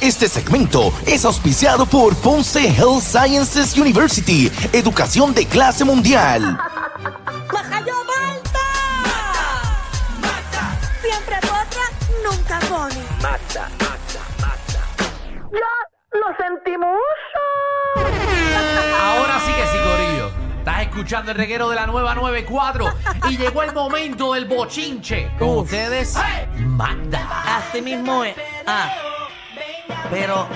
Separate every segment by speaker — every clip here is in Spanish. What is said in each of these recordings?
Speaker 1: Este segmento es auspiciado por Ponce Health Sciences University, educación de clase mundial.
Speaker 2: ¡Bajayo Malta! ¡Mata! ¡Mata! Siempre potra, nunca pone.
Speaker 3: Mata, mata, mata.
Speaker 2: ¡Ya lo sentimos!
Speaker 4: Ahora sí que sí, Corillo. Estás escuchando el reguero de la nueva 94 y llegó el momento del bochinche. Con ustedes, Magda.
Speaker 5: Así mismo es. Ah. Pero.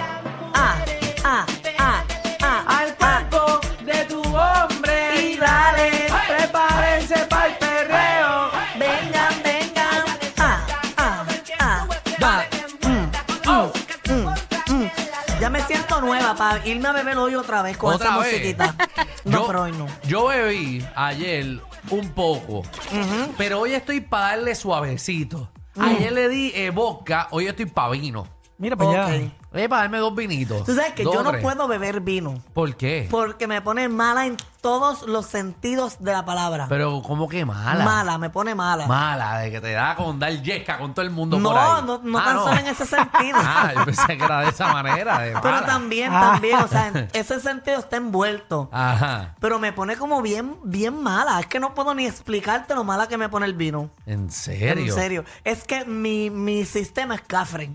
Speaker 5: Ah, ah, ah, ah. Al taco de tu hombre. Y dale. Prepárense para el perreo. Vengan, vengan. Ah, ah, ah. Dale. Mm, mm, mm, mm. Ya me siento nueva para ah, irme a beber hoy otra vez con
Speaker 4: Otra
Speaker 5: esa
Speaker 4: vez.
Speaker 5: musiquita. No, pero hoy no.
Speaker 4: Yo bebí ayer un poco, pero hoy estoy para darle suavecito.
Speaker 5: Mm.
Speaker 4: Ayer le di eh, vodka, hoy estoy para vino.
Speaker 6: Mira para
Speaker 5: Ok.
Speaker 6: allá.
Speaker 4: Es para darme dos vinitos.
Speaker 5: Tú sabes que
Speaker 4: Dos
Speaker 5: yo
Speaker 4: o
Speaker 5: no
Speaker 4: tres.
Speaker 5: puedo beber vino
Speaker 4: ¿Por qué?
Speaker 5: porque me pone mala en todos los sentidos de la palabra.
Speaker 4: Pero, ¿cómo que mala?
Speaker 5: Mala, me pone mala.
Speaker 4: Mala, de que te da con dar yesca con todo el mundo
Speaker 5: No,
Speaker 4: por ahí.
Speaker 5: no, no
Speaker 4: Ah,
Speaker 5: tan solo en ese sentido.
Speaker 4: Ah, yo pensé que era de esa manera. de
Speaker 5: Pero
Speaker 4: mala.
Speaker 5: también,
Speaker 6: Ah.
Speaker 5: también, o sea, en ese sentido está envuelto.
Speaker 4: Ajá.
Speaker 5: Pero me pone como bien, bien mala. Es que no puedo ni explicarte lo mala que me pone el vino.
Speaker 4: ¿En serio?
Speaker 5: En serio. Es que mi, mi sistema es cafre.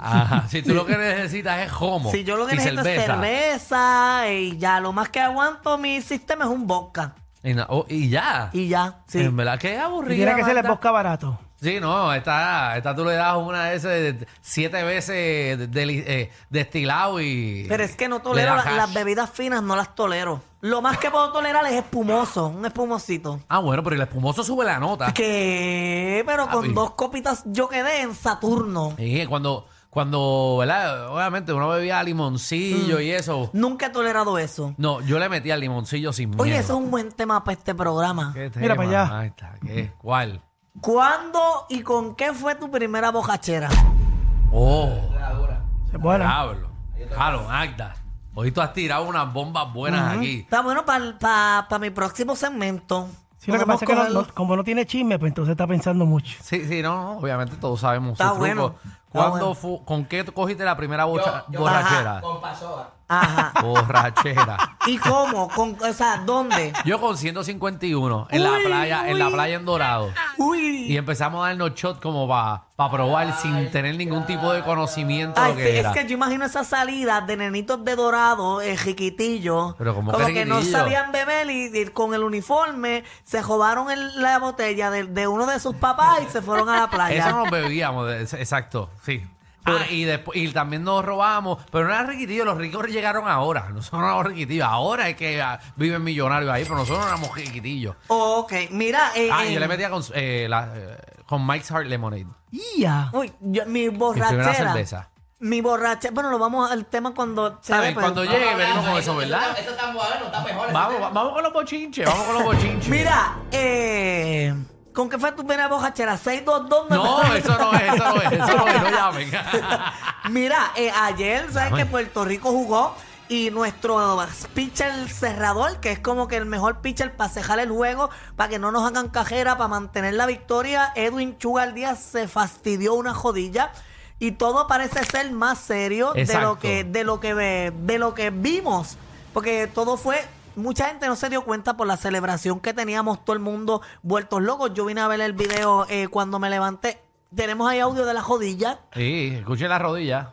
Speaker 4: Ajá. Si tú lo que necesitas es homo.
Speaker 5: Si yo lo que
Speaker 4: y
Speaker 5: necesito
Speaker 4: cerveza.
Speaker 5: es cerveza y ya, lo más que aguanto mi sistema es un vodka.
Speaker 4: Y, na- oh, y ya.
Speaker 5: Y ya, sí.
Speaker 4: En verdad que
Speaker 6: Y
Speaker 4: aburrida.
Speaker 6: tiene que ser el
Speaker 4: Magda.
Speaker 6: bosca barato.
Speaker 4: Sí, no, esta, esta tú le das una de esas de- de- siete veces de- de- eh, destilado y.
Speaker 5: Pero es que no
Speaker 4: le
Speaker 5: tolero
Speaker 4: das
Speaker 5: la-
Speaker 4: hash.
Speaker 5: las bebidas finas, no las tolero. Lo más que puedo tolerar es espumoso, un espumosito.
Speaker 4: Ah, bueno, pero el espumoso sube la nota.
Speaker 5: ¿Qué? Pero con
Speaker 4: Papi.
Speaker 5: dos copitas yo quedé en Saturno.
Speaker 4: Sí, cuando, cuando, ¿verdad? Obviamente uno bebía limoncillo y eso.
Speaker 5: Nunca he tolerado eso.
Speaker 4: No, yo le metía el limoncillo sin miedo.
Speaker 5: Oye, eso es un buen tema para este programa.
Speaker 4: ¿Qué tema?
Speaker 6: Mira para allá.
Speaker 4: Ahí está. ¿Qué? ¿Cuál?
Speaker 5: ¿Cuándo y con qué fue tu primera bocachera?
Speaker 4: Oh,
Speaker 6: Bueno,
Speaker 4: diablo. Jalo, Agda. Hoy tú has tirado unas bombas buenas aquí.
Speaker 5: Está bueno para mi próximo segmento.
Speaker 6: si lo que
Speaker 5: Podemos
Speaker 6: pasa es que no-
Speaker 5: cogerlo.
Speaker 6: no- como no tiene chisme, pues entonces está pensando mucho.
Speaker 4: Sí, sí, no, no, obviamente todos sabemos
Speaker 5: Está
Speaker 4: su truco.
Speaker 5: bueno, está
Speaker 4: ¿Cuándo
Speaker 5: bueno.
Speaker 4: fu- ¿Con qué tú cogiste la primera bocha- borrachera?
Speaker 5: Ajá.
Speaker 4: Borrachera.
Speaker 5: ¿Y cómo? Con, o sea, ¿dónde?
Speaker 4: Yo con 151 en la
Speaker 5: Uy,
Speaker 4: playa, en la playa en Dorado.
Speaker 5: Uy.
Speaker 4: Y empezamos a darnos shot como para probar sin tener ningún tipo de conocimiento
Speaker 5: Ay,
Speaker 4: lo que
Speaker 5: sí,
Speaker 4: era.
Speaker 5: es que yo imagino esas salidas de nenitos de dorado, eh, jiquitillos,
Speaker 4: Pero ¿cómo
Speaker 5: como
Speaker 4: que
Speaker 5: que, no
Speaker 4: jiquitillo?
Speaker 5: sabían beber y, y con el uniforme se robaron el- la botella de, de uno de sus papás y se fueron a la playa.
Speaker 4: Eso nos bebíamos, de- es- exacto, sí. Ah, y, después, y también nos robábamos, pero no era riquitillo, los ricos llegaron ahora, nosotros no éramos riquitillos, ahora es que ah, viven millonarios ahí, pero nosotros no éramos riquitillos.
Speaker 5: Ok, mira, eh,
Speaker 4: Ah,
Speaker 5: eh,
Speaker 4: y yo le metía con, eh, la, eh, con Mike's Hard Lemonade.
Speaker 6: ¡Ya!
Speaker 5: uy, yo- mi
Speaker 4: primera
Speaker 5: borrachera.
Speaker 4: cerveza.
Speaker 5: Mi borrachera. Bueno, lo vamos al tema cuando se
Speaker 4: Está
Speaker 5: dé,
Speaker 4: bien,
Speaker 5: pero-
Speaker 4: cuando llegue venimos con eso, ¿verdad? Eso está bueno, está mejor. Vamos, va- vamos con los bochinches, vamos con los bochinches.
Speaker 5: Mira, eh, ¿con qué fue tu primera borrachera? 622
Speaker 4: No, eso no es, eso no es, eso no es, no llamen.
Speaker 5: Mira, eh, ayer, ¿sabes que Puerto Rico jugó? Y nuestro pitcher cerrador, que es como que el mejor pitcher para cejar el juego, para que no nos hagan cajera, para mantener la victoria, Edwin Chugal Díaz se fastidió una jodilla. Y todo parece ser más serio de
Speaker 4: Exacto.
Speaker 5: lo que de lo que ve- de lo que vimos, porque todo fue mucha gente no se dio cuenta por la celebración que teníamos todo el mundo vueltos locos. Yo vine a ver el video eh, cuando me levanté. Tenemos ahí audio de la jodilla.
Speaker 4: Sí, escuchen las rodillas.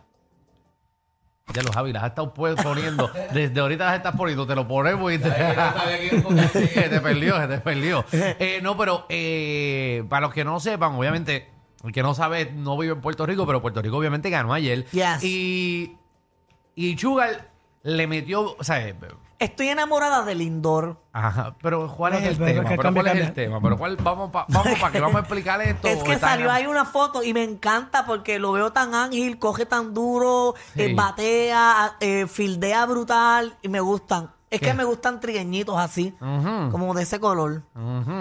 Speaker 4: Ya los Javi, las has estado pues poniendo. Desde ahorita las estás poniendo, te lo ponemos y te. Se te perdió, se te perdió. Eh, no, pero eh, para los que no sepan, obviamente, el que no sabe, no vive en Puerto Rico, pero Puerto Rico obviamente ganó ayer.
Speaker 5: Yes.
Speaker 4: Y. Y Sugar le metió. O sea, eh,
Speaker 5: Estoy enamorada del Lindor.
Speaker 4: ajá, pero ¿cuál
Speaker 6: No,
Speaker 4: es el
Speaker 6: pero- pero
Speaker 4: tema?
Speaker 6: que
Speaker 4: ¿Pero
Speaker 6: cambia,
Speaker 4: cuál es el
Speaker 6: cambia.
Speaker 4: tema? ¿Pero cuál? Vamos para vamos pa que vamos a explicar esto.
Speaker 5: es que
Speaker 4: Está
Speaker 5: salió
Speaker 4: ganando.
Speaker 5: ahí una foto y me encanta porque lo veo tan ángel, coge tan duro, eh,
Speaker 4: Sí.
Speaker 5: batea, eh, fildea brutal y me gustan. Es
Speaker 4: ¿Qué?
Speaker 5: que me gustan trigueñitos así,
Speaker 4: Ujú.
Speaker 5: como de ese color.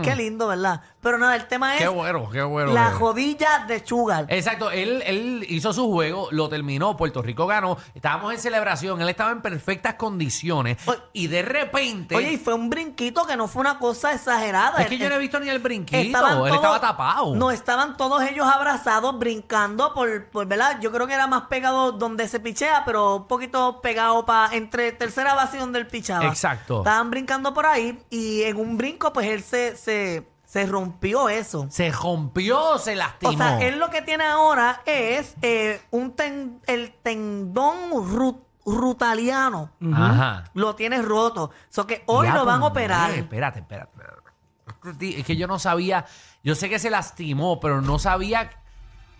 Speaker 5: Qué lindo, ¿verdad? Pero nada, el tema es
Speaker 4: Qué bueno, Este qué bueno. eh.
Speaker 5: la
Speaker 4: que-
Speaker 5: jodilla de Sugar.
Speaker 4: Exacto, él, él hizo su juego, lo terminó, Puerto Rico ganó, estábamos en celebración, él estaba en perfectas condiciones
Speaker 5: Oye.
Speaker 4: y de repente...
Speaker 5: Oye, y fue un brinquito que no fue una cosa exagerada.
Speaker 4: es que
Speaker 5: Él-
Speaker 4: yo no he visto ni el brinquito,
Speaker 5: Estaban
Speaker 4: él
Speaker 5: todos-
Speaker 4: estaba tapado.
Speaker 5: No, estaban todos ellos abrazados, brincando por, por, ¿verdad? Yo creo que era más pegado donde se pichea, pero un poquito pegado para entre tercera base y donde él pichaba.
Speaker 4: Exacto.
Speaker 5: Estaban brincando por ahí y en un brinco, pues él se, se, se rompió eso.
Speaker 4: Se rompió, se lastimó.
Speaker 5: O sea, él lo que tiene ahora es eh, un ten- el tendón ru- rutaliano.
Speaker 4: Ajá.
Speaker 5: Lo tiene roto. O sea, que hoy
Speaker 4: Ya,
Speaker 5: lo van a
Speaker 4: pues,
Speaker 5: operar.
Speaker 4: eh, espérate, espérate. Este ti- Es que yo no sabía, yo sé que se lastimó, pero no sabía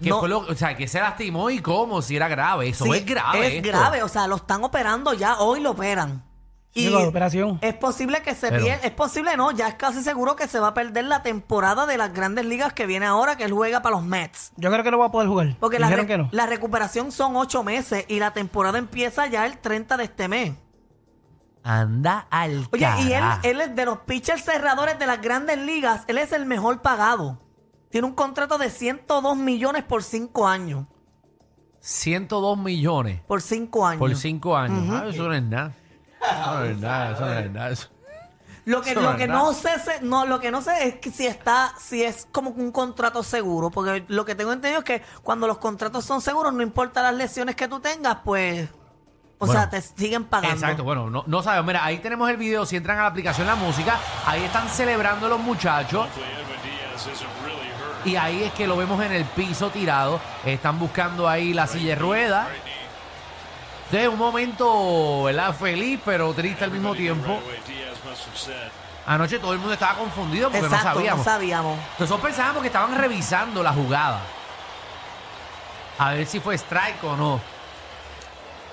Speaker 4: que
Speaker 5: No.
Speaker 4: fue lo- o sea, que se lastimó y cómo, si era grave. Eso
Speaker 5: Sí,
Speaker 4: es grave.
Speaker 5: Es
Speaker 4: esto.
Speaker 5: grave, o sea, lo están operando ya, hoy lo operan.
Speaker 6: Sí, la operación.
Speaker 5: Es posible que se
Speaker 4: Pero-
Speaker 5: pierda, es posible no, ya es casi seguro que se va a perder la temporada de las grandes ligas que viene ahora, que él juega para los Mets.
Speaker 6: Yo creo que no va a poder jugar.
Speaker 5: Porque la,
Speaker 6: Dijeron
Speaker 5: re-
Speaker 6: que no.
Speaker 5: la recuperación son ocho meses y la temporada empieza ya el 30 de este mes.
Speaker 4: Anda al
Speaker 5: Oye, y él,
Speaker 4: cara.
Speaker 5: él es de los pitchers cerradores de las grandes ligas, él es el mejor pagado. Tiene un contrato de 102 millones por cinco años.
Speaker 4: 102 millones
Speaker 5: Por cinco años.
Speaker 4: por 5 años. Ah, eso no es nada. Eso no es nada, eso no es nada. eso-
Speaker 5: Lo que,
Speaker 4: Eso
Speaker 5: lo
Speaker 4: es
Speaker 5: que
Speaker 4: verdad.
Speaker 5: no sé, se- no, lo que no sé es que si está, si es como un contrato seguro, porque lo que tengo entendido es que cuando los contratos son seguros, no importa las lesiones que tú tengas, pues, o
Speaker 4: Bueno.
Speaker 5: sea, te siguen pagando.
Speaker 4: Exacto, bueno, no, no sabemos. Mira, ahí tenemos el video. Si entran a la aplicación La Música, ahí están celebrando los muchachos. Y ahí es que lo vemos en el piso tirado. Están buscando ahí la silla de rueda. De un momento, ¿verdad? Feliz, pero triste al mismo tiempo. Anoche todo el mundo estaba confundido porque
Speaker 5: Exacto,
Speaker 4: no sabíamos.
Speaker 5: no sabíamos.
Speaker 4: Nosotros pensábamos que estaban revisando la jugada. A ver si fue strike o no.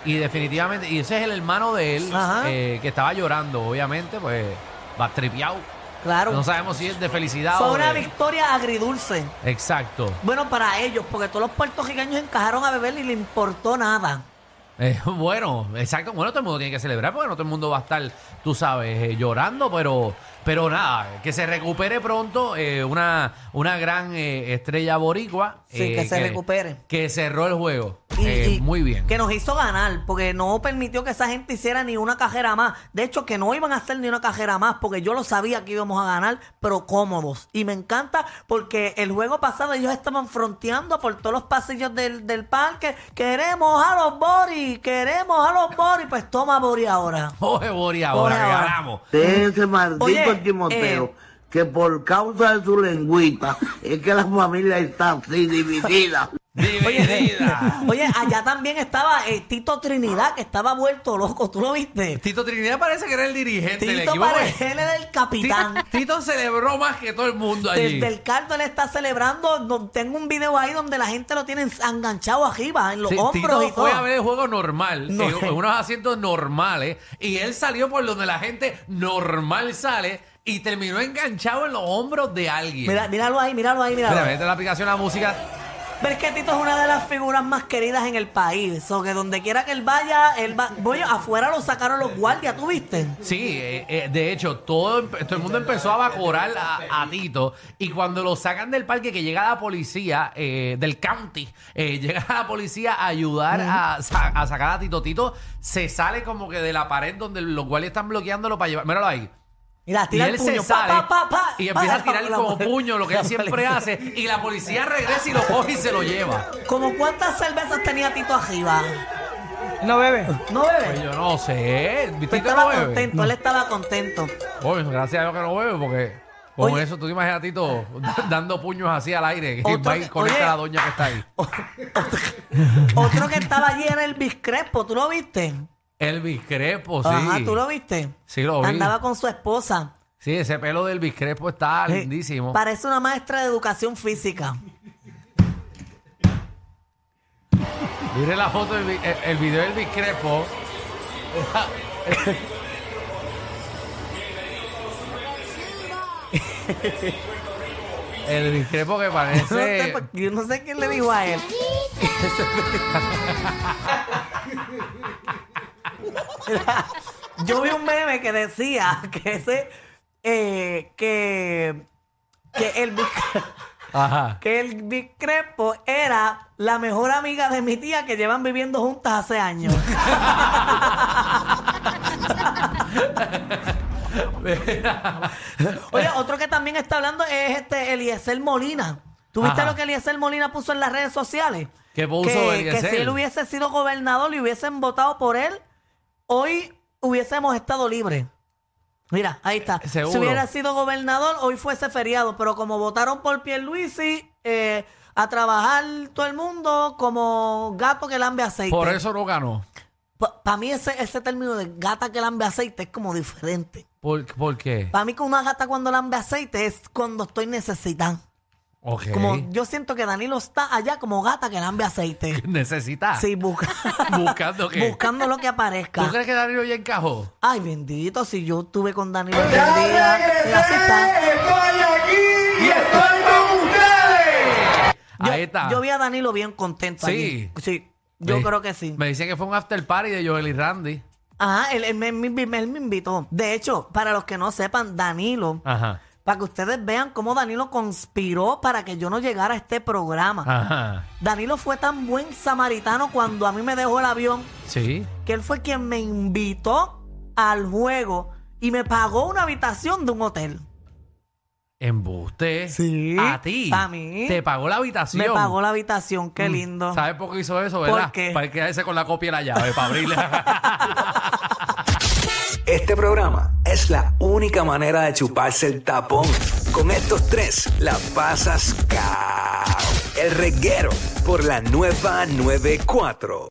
Speaker 4: Y definitivamente, y ese es el hermano de él,
Speaker 5: Ajá.
Speaker 4: eh, que estaba llorando, obviamente, pues va tripeado.
Speaker 5: Claro.
Speaker 4: No sabemos si es de felicidad
Speaker 5: Fue
Speaker 4: o
Speaker 5: una
Speaker 4: de...
Speaker 5: victoria agridulce.
Speaker 4: Exacto.
Speaker 5: Bueno, para ellos, porque todos los puertorriqueños encajaron a beber y le importó nada.
Speaker 4: Eh, bueno, exacto. Bueno, todo el mundo tiene que celebrar porque no todo el mundo va a estar, tú sabes, eh, llorando, pero, pero nada, que se recupere pronto eh, una, una gran eh, estrella boricua.
Speaker 5: Sí,
Speaker 4: eh,
Speaker 5: que se recupere.
Speaker 4: Que cerró el juego.
Speaker 5: Y-
Speaker 4: Eh,
Speaker 5: y
Speaker 4: muy bien.
Speaker 5: Que nos hizo ganar, porque no permitió que esa gente hiciera ni una cajera más. De hecho, que no iban a hacer ni una cajera más, porque yo lo sabía que íbamos a ganar, pero cómodos. Y me encanta porque el juego pasado ellos estaban fronteando por todos los pasillos del, del parque. Queremos a los Boris, queremos a los Boris. Pues toma Boris ahora.
Speaker 4: Oye, Bori, ahora
Speaker 5: Bori,
Speaker 4: que
Speaker 5: ahora.
Speaker 4: ganamos.
Speaker 7: de ese maldito
Speaker 5: Oye,
Speaker 7: Timoteo,
Speaker 5: eh,
Speaker 7: que por causa de su lengüita es que la familia está así dividida.
Speaker 4: Dividida.
Speaker 5: Oye, allá también estaba eh, Tito Trinidad, que estaba vuelto loco. ¿Tú lo viste?
Speaker 4: Tito Trinidad parece que era el dirigente del
Speaker 5: Tito
Speaker 4: equipo. ¿eh?
Speaker 5: parece él era el
Speaker 4: Tito,
Speaker 5: capitán.
Speaker 4: Tito celebró más que todo el mundo allí.
Speaker 5: Desde el caldo él está celebrando. no- Tengo un video ahí donde la gente lo tiene enganchado arriba, en los
Speaker 4: Sí,
Speaker 5: hombros
Speaker 4: Tito
Speaker 5: y todo.
Speaker 4: fue a ver el juego normal,
Speaker 5: No.
Speaker 4: en, en unos asientos normales, y él salió por donde la gente normal sale y terminó enganchado en los hombros de alguien.
Speaker 5: Mira, míralo ahí, míralo ahí, míralo.
Speaker 4: Mira, vete a la aplicación la música.
Speaker 5: Pero es que Tito es una de las figuras más queridas en el país. O que donde quiera que él vaya, él va. Oye, afuera lo sacaron los guardias, ¿tú viste?
Speaker 4: Sí, eh, eh, de hecho, todo, empe- todo el mundo empezó a vacorar a, a Tito. Y cuando lo sacan del parque, que llega la policía eh, del county, eh, llega la policía a ayudar a, sa- a sacar a Tito. Tito se sale como que de la pared donde los guardias están bloqueándolo para llevar. Míralo ahí.
Speaker 5: Mira,
Speaker 4: Y
Speaker 5: tira
Speaker 4: él
Speaker 5: el puño.
Speaker 4: se
Speaker 5: pa,
Speaker 4: sale
Speaker 5: pa, pa, pa,
Speaker 4: y
Speaker 5: pa,
Speaker 4: empieza a
Speaker 5: la-
Speaker 4: tirar
Speaker 5: la-
Speaker 4: como puño, lo que él
Speaker 5: la-
Speaker 4: siempre hace. Y la policía regresa y lo coge y se lo lleva.
Speaker 5: ¿Como cuántas cervezas tenía Tito arriba?
Speaker 6: No bebe.
Speaker 5: No bebe.
Speaker 4: Pues yo no sé.
Speaker 5: Pero
Speaker 4: ¿Viste que no
Speaker 5: estaba
Speaker 4: bebe?
Speaker 5: contento, él estaba contento.
Speaker 4: Oye, gracias a Dios que no bebe porque con
Speaker 5: Oye.
Speaker 4: eso tú te imaginas a Tito da- dando puños así al aire. Y
Speaker 5: Otro
Speaker 4: va y
Speaker 5: que-
Speaker 4: conecta
Speaker 5: oye.
Speaker 4: a la doña que está ahí.
Speaker 5: Otro que estaba allí era el Biscrespo, ¿tú lo viste?
Speaker 4: Elvis Crespo, Oh, sí.
Speaker 5: Ajá, ¿tú lo viste?
Speaker 4: Sí, lo vi.
Speaker 5: Andaba con su esposa.
Speaker 4: Sí, ese pelo del Elvis Crespo está
Speaker 5: Eh,
Speaker 4: lindísimo.
Speaker 5: Parece una maestra de educación física.
Speaker 4: Mire la foto, del, vi- el, el video del discrepo. el discrepo que
Speaker 5: Yo no sé
Speaker 4: parece.
Speaker 5: por- Yo no sé quién le dijo a él. Mira, Yo vi un meme que decía que ese eh, que que el Big-
Speaker 4: Ajá.
Speaker 5: que el Big Crespo era la mejor amiga de mi tía que llevan viviendo juntas hace años. Oye, otro que también está hablando es este Eliezer Molina. ¿Tuviste
Speaker 4: Ajá.
Speaker 5: lo que Eliezer Molina puso en las redes sociales?
Speaker 4: ¿Qué puso
Speaker 5: que, que
Speaker 4: Eliezer?
Speaker 5: si él hubiese sido gobernador y hubiesen votado por él, hoy hubiésemos estado libres. Mira, ahí está.
Speaker 4: Eh, seguro.
Speaker 5: Si hubiera sido gobernador, hoy fuese feriado, pero como votaron por Pierluisi, eh, a trabajar todo el mundo como gato que lambe aceite.
Speaker 4: Por eso no ganó.
Speaker 5: Para mí ese, ese término de gata que lambe aceite es como diferente.
Speaker 4: ¿Por, por qué?
Speaker 5: Para mí que una gata cuando lambe aceite es cuando estoy necesitando.
Speaker 4: Ok.
Speaker 5: Como yo siento que Danilo está allá como gata que lambe aceite.
Speaker 4: Necesita.
Speaker 5: Sí, busca-
Speaker 4: ¿Buscando qué?
Speaker 5: buscando lo que
Speaker 4: ¿Tú
Speaker 5: aparezca.
Speaker 4: crees que Danilo ya encajó?
Speaker 5: Ay, bendito, si yo estuve con Danilo el día. y así está. Yo-
Speaker 4: Ahí está.
Speaker 5: Yo vi a Danilo bien contento
Speaker 4: Sí.
Speaker 5: allí. Sí. Yo
Speaker 4: Sí.
Speaker 5: creo que sí.
Speaker 4: Me dicen que fue un after party de Joel y Randy.
Speaker 5: Ajá, él, él me, me- él me invitó. De hecho, para los que no sepan, Danilo,
Speaker 4: Ajá.
Speaker 5: para que ustedes vean cómo Danilo conspiró para que yo no llegara a este programa.
Speaker 4: Ah. Ajá.
Speaker 5: Danilo fue tan buen samaritano cuando a mí me dejó el avión
Speaker 4: Sí.
Speaker 5: que él fue quien me invitó al juego y me pagó una habitación de un hotel.
Speaker 4: Embuste.
Speaker 5: Sí.
Speaker 4: A ti.
Speaker 5: A mí.
Speaker 4: Te pagó la habitación.
Speaker 5: Me pagó la habitación, qué lindo.
Speaker 4: Mm. ¿Sabes por qué hizo eso, verdad?
Speaker 5: ¿Por qué?
Speaker 4: Para quedarse con la copia y la llave, para abrirla.
Speaker 8: Este programa es la única manera de chuparse el tapón. Con estos tres la pasas cao. El reguero por la nueva 94.